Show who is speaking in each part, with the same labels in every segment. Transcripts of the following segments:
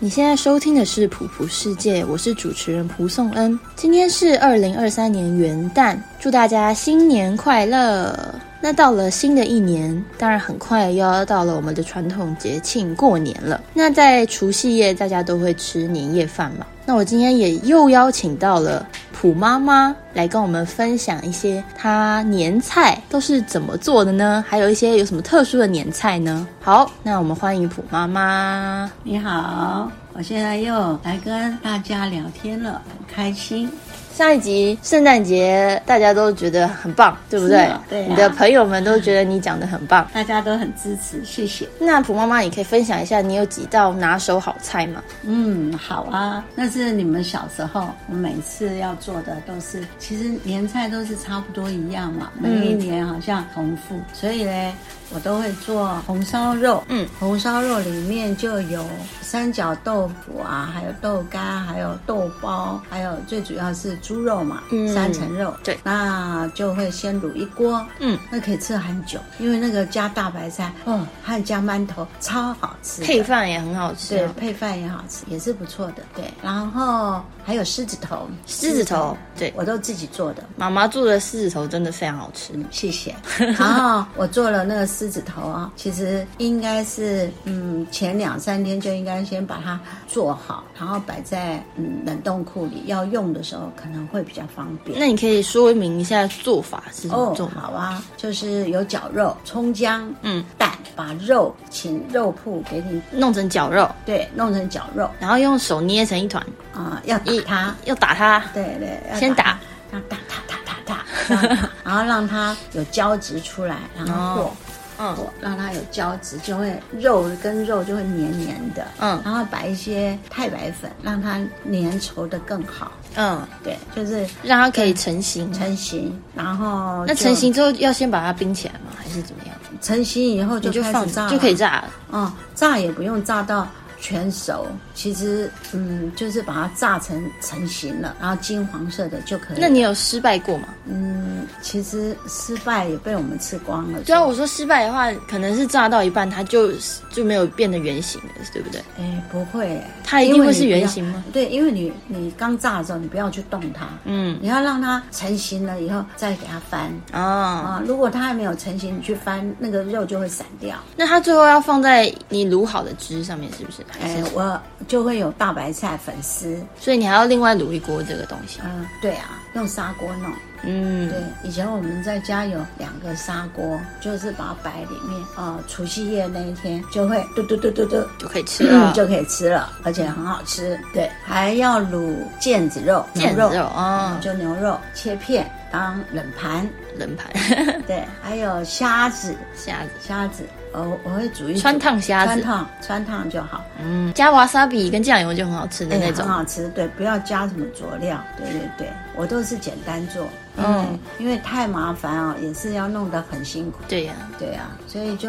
Speaker 1: 你现在收听的是《普普世界》，我是主持人蒲颂恩。今天是二零二三年元旦，祝大家新年快乐！那到了新的一年，当然很快又要到了我们的传统节庆过年了。那在除夕夜，大家都会吃年夜饭嘛。那我今天也又邀请到了普妈妈来跟我们分享一些她年菜都是怎么做的呢？还有一些有什么特殊的年菜呢？好，那我们欢迎普妈妈。
Speaker 2: 你好，我现在又来跟大家聊天了，很开心。
Speaker 1: 上一集圣诞节大家都觉得很棒，对不对？
Speaker 2: 是啊对啊
Speaker 1: 你的朋友们都觉得你讲的很棒。
Speaker 2: 大家都很支持，谢谢。
Speaker 1: 那普妈妈，你可以分享一下你有几道拿手好菜吗？
Speaker 2: 嗯，好啊。那是你们小时候，我每次要做的都是，其实年菜都是差不多一样嘛，
Speaker 1: 嗯
Speaker 2: 每一年好像重复，所以呢，我都会做红烧肉。
Speaker 1: 嗯，
Speaker 2: 红烧肉里面就有三角豆腐啊，还有豆干，还有豆包，还有最主要是猪肉嘛，
Speaker 1: 嗯
Speaker 2: 三层肉。
Speaker 1: 对
Speaker 2: 那就会先卤一锅，
Speaker 1: 嗯，
Speaker 2: 那可以吃很久，因为那个加大白菜哦，还有加馒头，超好吃的。
Speaker 1: 配饭也很好吃
Speaker 2: 对
Speaker 1: 啊，，
Speaker 2: 配饭也好吃，也是不错的。对，然后还有狮子头，
Speaker 1: 狮子头，对，
Speaker 2: 我都自己做的。
Speaker 1: 妈妈做的狮子头真的非常好吃。
Speaker 2: 嗯，谢谢。 然后我做了那个狮子头啊，其实应该是嗯前两三天就应该先把它做好，然后摆在嗯冷冻库里，要用的时候可能会比较方便。
Speaker 1: 那你可以说明一下做法是哎怎么
Speaker 2: 哦
Speaker 1: 做，吗？
Speaker 2: 好啊，就是有绞肉、葱姜、
Speaker 1: 嗯，
Speaker 2: 蛋，把肉请肉铺给你
Speaker 1: 弄成绞肉，
Speaker 2: 对弄成绞肉
Speaker 1: 然后用手捏成一团，
Speaker 2: 啊、要打
Speaker 1: 一
Speaker 2: 它。
Speaker 1: 要打它，
Speaker 2: 对对，要
Speaker 1: 先打，
Speaker 2: 要打打打打打， 这样打然后让它有胶质出来，然后
Speaker 1: 哦
Speaker 2: 和。
Speaker 1: 嗯
Speaker 2: 和让它有胶质，就会肉跟肉就会黏黏的，
Speaker 1: 嗯
Speaker 2: 然后摆一些太白粉，让它粘稠的更好，
Speaker 1: 嗯，
Speaker 2: 对，就是
Speaker 1: 让它可以成型。
Speaker 2: 成型，然后
Speaker 1: 那
Speaker 2: 嗯就
Speaker 1: 成型之后要先把它冰起来吗？还是怎么样？
Speaker 2: 成型以后
Speaker 1: 你
Speaker 2: 就
Speaker 1: 就
Speaker 2: 开
Speaker 1: 放
Speaker 2: 始炸，
Speaker 1: 就可以，炸了。
Speaker 2: 哦，炸也不用炸到全熟，其实嗯，就是把它炸成成型了，然后金黄色的就可以了。
Speaker 1: 那你有失败过吗？
Speaker 2: 嗯，其实失败也被我们吃光了。
Speaker 1: 虽然啊我说失败的话，可能是炸到一半，它就就没有变得圆形了，对不对？
Speaker 2: 哎，不会，
Speaker 1: 它啊一定会是圆形吗
Speaker 2: 因为你不要？对，因为你你刚炸的时候，你不要去动它，
Speaker 1: 嗯
Speaker 2: 你要让它成型了以后再给它翻
Speaker 1: 啊，
Speaker 2: 啊。如果它还没有成型，你去翻那个肉就会散掉。
Speaker 1: 那它最后要放在你卤好的汁上面，是不是？还
Speaker 2: 哎
Speaker 1: 是，
Speaker 2: 我就会有大白菜粉丝，
Speaker 1: 所以你还要另外卤一锅这个东西。
Speaker 2: 嗯、对啊，用砂锅弄。
Speaker 1: 嗯，
Speaker 2: 对，以前我们在家有两个砂锅，就是把它摆里面，呃，除夕夜那一天就会嘟嘟嘟嘟嘟
Speaker 1: 就可以吃了。
Speaker 2: 嗯就可以吃了，而且很好吃。对，还要卤腱子肉，
Speaker 1: 腱子
Speaker 2: 牛
Speaker 1: 肉啊，
Speaker 2: 就牛肉切片当冷盘。
Speaker 1: 冷盘
Speaker 2: 对，还有虾子，
Speaker 1: 虾子，
Speaker 2: 虾子，呃，我会煮一煮
Speaker 1: 川烫虾
Speaker 2: 穿
Speaker 1: 子，
Speaker 2: 烫穿烫就好，
Speaker 1: 嗯，加瓦萨比跟酱油就很好吃的
Speaker 2: 哎
Speaker 1: 那
Speaker 2: 很
Speaker 1: 种。
Speaker 2: 好吃。对，不要加什么佐料。对对对，我都是简单做，
Speaker 1: 嗯
Speaker 2: 嗯，因为太麻烦哦，也是要弄得很辛苦。
Speaker 1: 对呀、
Speaker 2: 对啊，所以就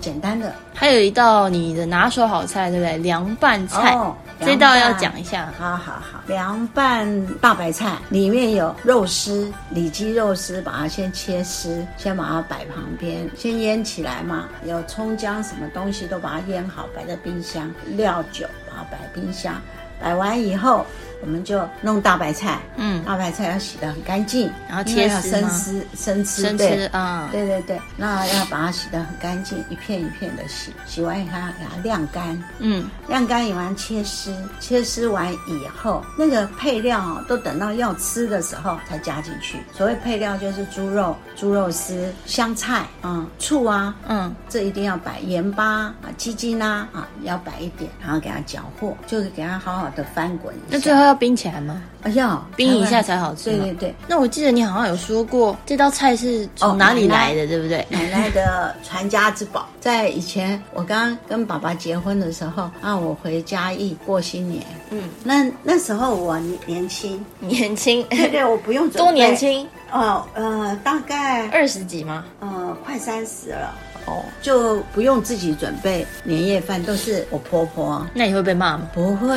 Speaker 2: 简单的
Speaker 1: 还有一道你的拿手好菜，对不对？凉拌菜，
Speaker 2: 哦，
Speaker 1: 这道要
Speaker 2: 凉拌
Speaker 1: 讲一下。
Speaker 2: 好好好，凉拌大白菜里面有肉丝，里脊肉丝，把它先切丝，先把它摆旁边，先腌起来嘛。有葱姜什么东西都把它腌好，摆在冰箱。料酒把它摆冰箱，摆完以后，我们就弄大白菜。
Speaker 1: 嗯，
Speaker 2: 大白菜要洗得很干净，
Speaker 1: 然后
Speaker 2: 因为
Speaker 1: 切
Speaker 2: 要
Speaker 1: 丝吗
Speaker 2: 生吃生吃
Speaker 1: 生
Speaker 2: 对
Speaker 1: 吃啊，
Speaker 2: 对对对，那要把它洗得很干净，一片一片的洗，洗完以后要给它晾干。
Speaker 1: 嗯，
Speaker 2: 晾干以完切丝，切丝完以后，那个配料哦，都等到要吃的时候才加进去。所谓配料就是猪肉、猪肉丝、香菜，嗯，醋啊，
Speaker 1: 嗯，
Speaker 2: 这一定要摆盐巴啊、鸡精啦啊，要摆一点，然后给它搅和，就是给它好好的翻滚一下。
Speaker 1: 那最后要冰起来吗？
Speaker 2: 哎呀，
Speaker 1: 冰一下才好吃
Speaker 2: 对
Speaker 1: 吗
Speaker 2: 对对，
Speaker 1: 那我记得你好像有说过这道菜是从哪里来的，对不对？
Speaker 2: 奶奶的传家之宝。在以前，我刚跟爸爸结婚的时候，啊，我回嘉义过新年。
Speaker 1: 嗯，
Speaker 2: 那那时候我年轻，
Speaker 1: 年 轻，
Speaker 2: 对对，我不用准备
Speaker 1: 多年轻，
Speaker 2: 哦，呃，大概
Speaker 1: 二十几吗？
Speaker 2: 呃快三十了，
Speaker 1: 哦，
Speaker 2: 就不用自己准备年夜饭，都是我婆婆。
Speaker 1: 那你会被骂吗？
Speaker 2: 不 会，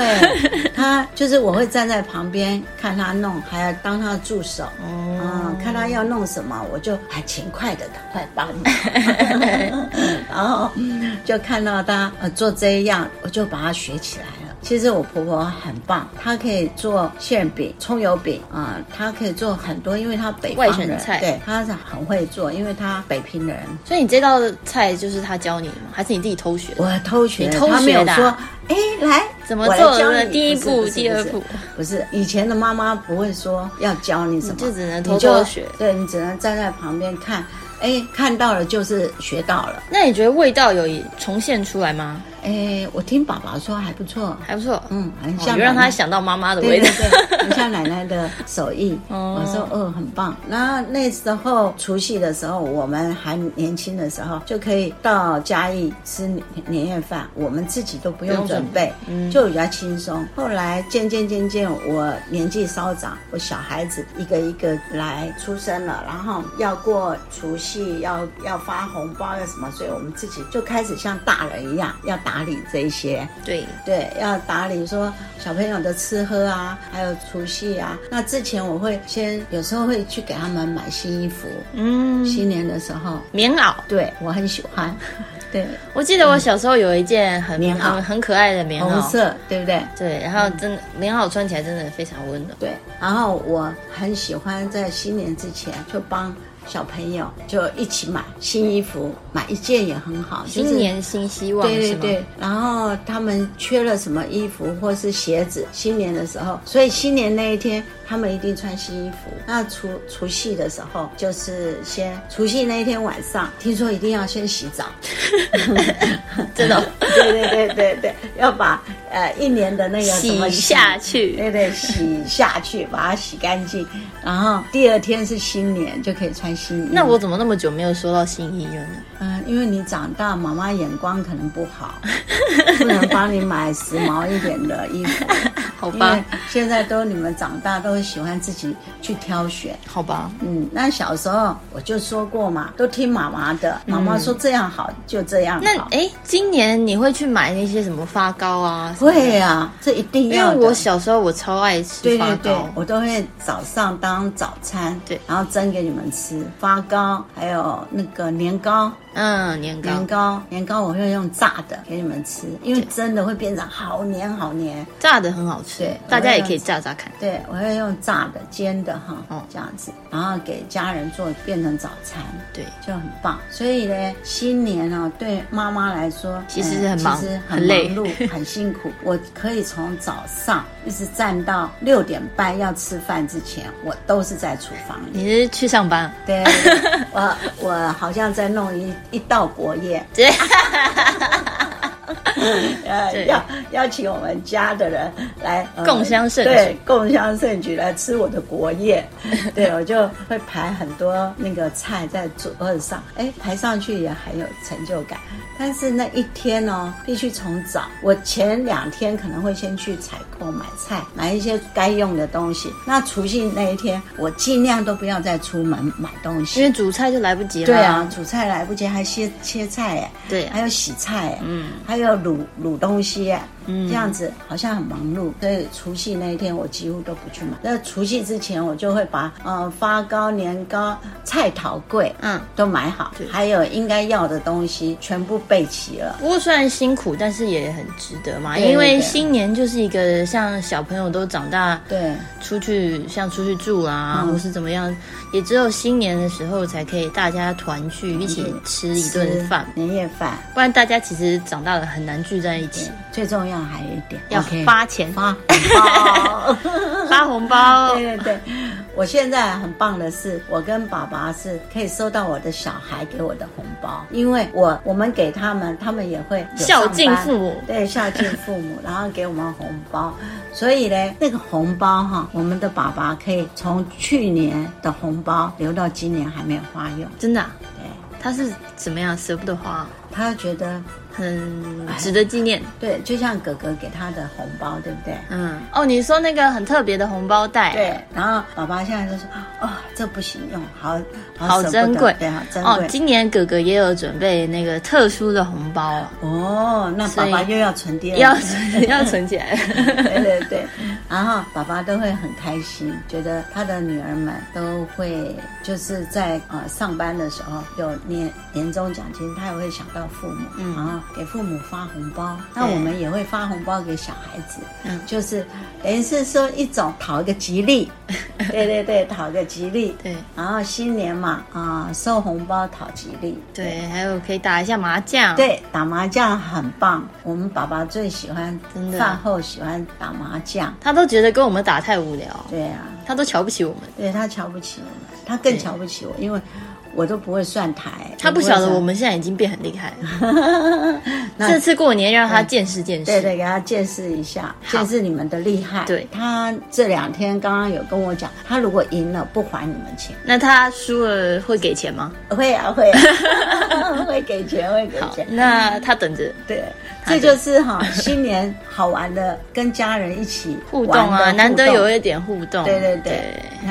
Speaker 2: 她就是我会站在旁边看她弄，还要当她的助手，
Speaker 1: 哦
Speaker 2: 嗯，看她要弄什么，我就啊，勤快的赶快帮 忙，啊然后就看到她呃做这样，我就把她学起来了。其实我婆婆很棒，她可以做馅饼、葱油饼啊、她可以做很多，因为她北
Speaker 1: 外
Speaker 2: 方
Speaker 1: 省
Speaker 2: 人，
Speaker 1: 菜
Speaker 2: 对，她是很会做，因为她北平人。
Speaker 1: 所以你这道菜就是他教你的吗？还是你自己偷学的？
Speaker 2: 我偷学，
Speaker 1: 你偷
Speaker 2: 她没有
Speaker 1: 学的啊
Speaker 2: 说，哎，来，
Speaker 1: 怎么
Speaker 2: 我来
Speaker 1: 做
Speaker 2: 教
Speaker 1: 的
Speaker 2: 你
Speaker 1: 第一
Speaker 2: 不是
Speaker 1: 步
Speaker 2: 不是
Speaker 1: 第二
Speaker 2: 不是
Speaker 1: 步
Speaker 2: 不是以前的妈妈不会说要教你什么，
Speaker 1: 你就只能
Speaker 2: 你
Speaker 1: 偷偷
Speaker 2: 就
Speaker 1: 学
Speaker 2: 对你只能站在旁边看，哎，看到了就是学到了。
Speaker 1: 那你觉得味道有重现出来吗？
Speaker 2: 哎，我听爸爸说还不错，
Speaker 1: 还不错，
Speaker 2: 嗯，很
Speaker 1: 哦
Speaker 2: 像
Speaker 1: 有让
Speaker 2: 奶奶
Speaker 1: 他想到妈妈的
Speaker 2: 对
Speaker 1: 味道
Speaker 2: 对。对， 很像奶奶的手艺。
Speaker 1: 哦
Speaker 2: 我说哦，很棒。然后那时候除夕的时候，我们还年轻的时候，就可以到嘉义吃年年夜饭，我们自己都不
Speaker 1: 不
Speaker 2: 用
Speaker 1: 用准嗯
Speaker 2: 准备，就比较轻松。后来渐渐渐渐，我年纪稍长，我小孩子一个一个来出生了，然后要过除夕，要要发红包，要什么，所以我们自己就开始像大人一样要打理这一些。
Speaker 1: 对，
Speaker 2: 对，要打理说小朋友的吃喝啊，还有除夕啊。那之前我会先有时候会去给他们买新衣服，
Speaker 1: 嗯，
Speaker 2: 新年的时候，
Speaker 1: 棉袄。
Speaker 2: 对我很喜欢， 对，
Speaker 1: 我记得我小时候有一件很
Speaker 2: 棉袄
Speaker 1: 很很可爱的棉
Speaker 2: 红
Speaker 1: 袄，
Speaker 2: 色，对不对？
Speaker 1: 对，然后真的棉袄穿起来真的非常温暖。
Speaker 2: 对，然后我很喜欢在新年之前就帮小朋友就一起买新衣服，买一件也很好，就是
Speaker 1: 新年新希望，
Speaker 2: 对对
Speaker 1: 是吗
Speaker 2: 对，然后他们缺了什么衣服或是鞋子，新年的时候，所以新年那一天他们一定穿新衣服。那除除夕的时候，就是先除夕那一天晚上，听说一定要先洗澡，
Speaker 1: 真的哦
Speaker 2: 对对对对对，要把呃一年的那个什么
Speaker 1: 洗下去。
Speaker 2: 对对，洗下去，把它洗干净，然后第二天是新年，就可以穿新衣。
Speaker 1: 那我怎么那么久没有收到新衣了呢？
Speaker 2: 嗯，因为你长大，妈妈眼光可能不 好，不能帮你买时髦一点的衣服。
Speaker 1: 好
Speaker 2: 因为
Speaker 1: 吧，
Speaker 2: 现在都你们长大都会喜欢自己去挑选。
Speaker 1: 好吧，
Speaker 2: 嗯，那小时候我就说过嘛，都听妈妈的，妈妈说这样好就这样
Speaker 1: 嗯那
Speaker 2: 好。
Speaker 1: 哎，今年你会去买那些什么发糕啊？什么的
Speaker 2: 会啊，这一定
Speaker 1: 因
Speaker 2: 要
Speaker 1: 为
Speaker 2: 的。
Speaker 1: 我小时候我超爱吃
Speaker 2: 对
Speaker 1: 发
Speaker 2: 对对
Speaker 1: 糕，，
Speaker 2: 我都会早上当早餐，
Speaker 1: 对
Speaker 2: 然后蒸给你们吃，发糕，还有那个年糕，
Speaker 1: 嗯，年糕
Speaker 2: 年糕，年糕我会用炸的给你们吃，因为真的会变成好黏好黏。
Speaker 1: 炸的很好吃
Speaker 2: 对，
Speaker 1: 大家也可以炸炸看。
Speaker 2: 对，我会用炸的、煎的哈，
Speaker 1: 哦
Speaker 2: 这样子，然后给家人做，变成早餐
Speaker 1: 对，
Speaker 2: 就很棒。所以呢，新年啊，对妈妈来说，
Speaker 1: 其实
Speaker 2: 呃
Speaker 1: 是很忙
Speaker 2: 其实很
Speaker 1: 很累
Speaker 2: 忙碌，很辛苦。 我可以从早上一直站到六点半要吃饭之前，我都是在厨房里。
Speaker 1: 你是去上班？啊
Speaker 2: 对，我 我好像在弄一一道国宴，
Speaker 1: 对，
Speaker 2: 呃，
Speaker 1: 对
Speaker 2: 邀邀请我们家的人来、呃
Speaker 1: 共襄盛举
Speaker 2: 对，共襄盛举来吃我的国宴。 对，我就会排很多那个菜在桌子上，哎，排上去也很有成就感。但是那一天哦，必须从早。我前两天可能会先去采购买菜，买一些该用的东西。那除夕那一天，我尽量都不要再出门买东
Speaker 1: 因
Speaker 2: 西。
Speaker 1: 为煮菜就来不及了。
Speaker 2: 对啊，，煮菜来不及，还切切菜哎。
Speaker 1: 对啊
Speaker 2: 还有洗菜，
Speaker 1: 嗯
Speaker 2: 嗯，还有卤卤东西，嗯，这样子好像很忙碌。所以除夕那一天我几乎都不去买。那除夕之前我就会把呃发糕、年糕、菜桃柜，
Speaker 1: 嗯
Speaker 2: 嗯，都买好
Speaker 1: 对，
Speaker 2: 还有应该要的东西全部备齐了。
Speaker 1: 不过虽然辛苦，但是也很值得嘛。
Speaker 2: 对对
Speaker 1: 因为
Speaker 2: 对
Speaker 1: 新年就是一个像小朋友都长大，
Speaker 2: 对，
Speaker 1: 出去像出去住啊，
Speaker 2: 嗯
Speaker 1: 或是怎么样，也只有新年的时候才可以大家团聚，一起吃一顿饭。
Speaker 2: 吃年夜饭。
Speaker 1: 不然大家其实长大了很难聚在一起，
Speaker 2: 最重要还有一点，
Speaker 1: 要
Speaker 2: OK
Speaker 1: 发钱、
Speaker 2: 发红 包。
Speaker 1: 发红包。
Speaker 2: 对对对，我现在很棒的是，我跟爸爸是可以收到我的小孩给我的红包，因为我我们给他们，他们也会有上
Speaker 1: 孝
Speaker 2: 班
Speaker 1: 敬父母
Speaker 2: 对，孝敬父母，然后给我们红包。所以呢，那个红包哈，我们的爸爸可以从去年的红包留到今年还没有花用，
Speaker 1: 真的啊、
Speaker 2: 对
Speaker 1: 他是怎么样舍不得花，
Speaker 2: 他觉得
Speaker 1: 很值得纪念。
Speaker 2: 对，就像哥哥给他的红包，对不对？
Speaker 1: 嗯，哦，你说那个很特别的红包袋，
Speaker 2: 对，然后爸爸现在就说：“哦，这不行用，好
Speaker 1: 好
Speaker 2: 舍不
Speaker 1: 珍
Speaker 2: 得
Speaker 1: 贵
Speaker 2: 对，好珍
Speaker 1: 哦，
Speaker 2: 贵。
Speaker 1: 今年哥哥也有准备那个特殊的红包啊，
Speaker 2: 哦，那爸爸
Speaker 1: 所以
Speaker 2: 又要存第二
Speaker 1: 要
Speaker 2: 个
Speaker 1: 存要存起来。
Speaker 2: 对对对，然后爸爸都会很开心，觉得他的女儿们都会就是在呃上班的时候有年年终奖金，他也会想到父母，
Speaker 1: 嗯
Speaker 2: 然后给父母发红包。
Speaker 1: 对
Speaker 2: 那我们也会发红包给小孩子，
Speaker 1: 嗯
Speaker 2: 就是等于是说一种讨一个 吉利，对对对，讨个吉利。
Speaker 1: 对
Speaker 2: 然后新年嘛，啊、收红包讨吉利，
Speaker 1: 对，还有可以打一下麻将。，
Speaker 2: 对，打麻将很棒。我们爸爸最喜欢
Speaker 1: 真的
Speaker 2: 饭后喜欢打麻将。
Speaker 1: 他都觉得跟我们打太无聊，
Speaker 2: 对啊，
Speaker 1: 他都瞧不起我们，
Speaker 2: 对他瞧不起我们，他更瞧不起我，因为我都不会算台。
Speaker 1: 他
Speaker 2: 也
Speaker 1: 不
Speaker 2: 会
Speaker 1: 晓得
Speaker 2: 算
Speaker 1: 我。们现在已经变很厉害了。 这次过年让他见识见识。
Speaker 2: 对对，给他见识一下，
Speaker 1: 好
Speaker 2: 见识你们的厉害。
Speaker 1: 对
Speaker 2: 他这两天刚刚有跟我讲，他如果赢了不还你们钱，
Speaker 1: 那他输了会给钱吗？
Speaker 2: 会啊会 啊，会给钱会给
Speaker 1: 好，
Speaker 2: 钱。
Speaker 1: 那他等着
Speaker 2: 对，
Speaker 1: 他
Speaker 2: 这
Speaker 1: 的
Speaker 2: 就是哈新年好玩的，跟家人一起
Speaker 1: 互动
Speaker 2: 玩的
Speaker 1: 啊，难得
Speaker 2: 互动
Speaker 1: 有一点互动。
Speaker 2: 对对对，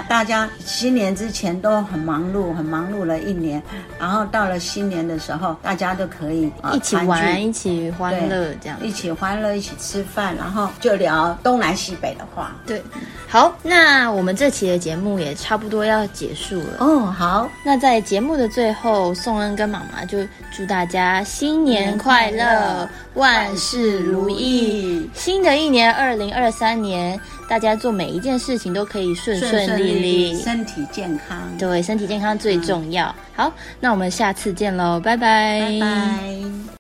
Speaker 2: 大家新年之前都很忙碌，很忙碌了一年，然后到了新年的时候，大家都可以、呃
Speaker 1: 一起
Speaker 2: 团聚
Speaker 1: 玩，一起欢乐这样。
Speaker 2: 一起欢乐，一起吃饭，然后就聊东南西北的话。
Speaker 1: 对，好，那我们这期的节目也差不多要结束了。
Speaker 2: 哦，好，
Speaker 1: 那在节目的最后，宋恩跟妈妈就祝大家新年快
Speaker 2: 新年快
Speaker 1: 乐
Speaker 2: 乐，
Speaker 1: 万事如意
Speaker 2: 万事如意。
Speaker 1: 新的一年二零二三年，大家做每一件事情都可以顺顺利利，
Speaker 2: 身体健康，
Speaker 1: 对身体健康最重要。好，那我们下次见喽，拜
Speaker 2: 拜拜。